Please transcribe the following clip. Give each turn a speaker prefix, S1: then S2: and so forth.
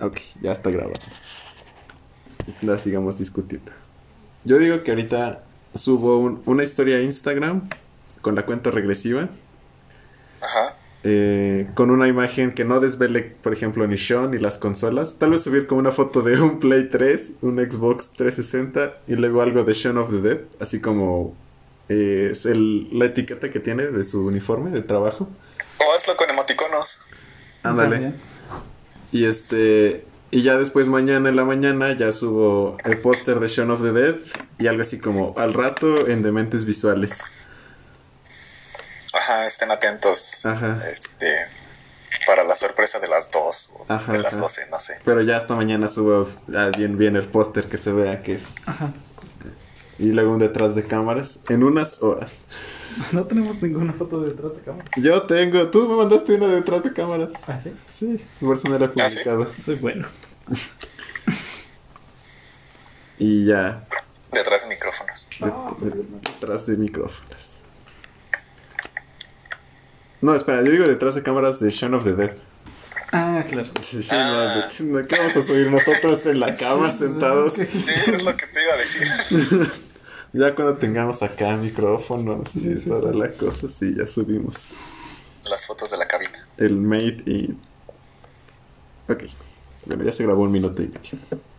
S1: Ok, ya está grabado. La sigamos discutiendo. Yo digo que ahorita subo un- una historia a Instagram con la cuenta regresiva,
S2: Ajá.
S1: eh, con una imagen que no desvele, por ejemplo, ni Sean ni las consolas. Tal vez subir como una foto de un Play 3, un Xbox 360 y luego algo de Shaun of the Dead, así como eh, es el- la etiqueta que tiene de su uniforme de trabajo.
S2: O hazlo con emoticonos.
S1: Ándale.
S3: También.
S1: Y este. Y ya después mañana en la mañana ya subo el póster de Shaun of the Dead y algo así como al rato en Dementes Visuales.
S2: Ajá, estén atentos.
S1: Ajá.
S2: Este. Para la sorpresa de las dos. o
S1: Ajá,
S2: de las
S1: ajá.
S2: doce, no sé.
S1: Pero ya hasta mañana subo ah, bien bien el póster que se vea que es.
S3: Ajá.
S1: Y luego un detrás de cámaras en unas horas.
S3: No tenemos ninguna foto detrás de cámara.
S1: Yo tengo, tú me mandaste una detrás de cámaras.
S3: ¿Ah, sí?
S1: Sí, por eso no era
S2: ¿Ah, sí?
S1: publicado.
S3: Soy bueno.
S1: Y ya,
S2: Detrás de micrófonos.
S1: de- de- detrás de micrófonos. No, espera, yo digo detrás de cámaras de Shaun of the Dead.
S3: Ah, claro.
S1: Sí, sí,
S2: Ah.
S1: no, no, ¿qué vamos a subir nosotros en la cama sentados?
S2: Sí, es lo que te iba a decir.
S1: Ya cuando tengamos acá micrófonos
S3: Sí,
S1: y
S3: sí,
S1: toda
S3: sí.
S1: la cosa, sí, ya subimos
S2: Las fotos de la cabina.
S1: el made y... Ok, bueno, ya se grabó un minuto y medio.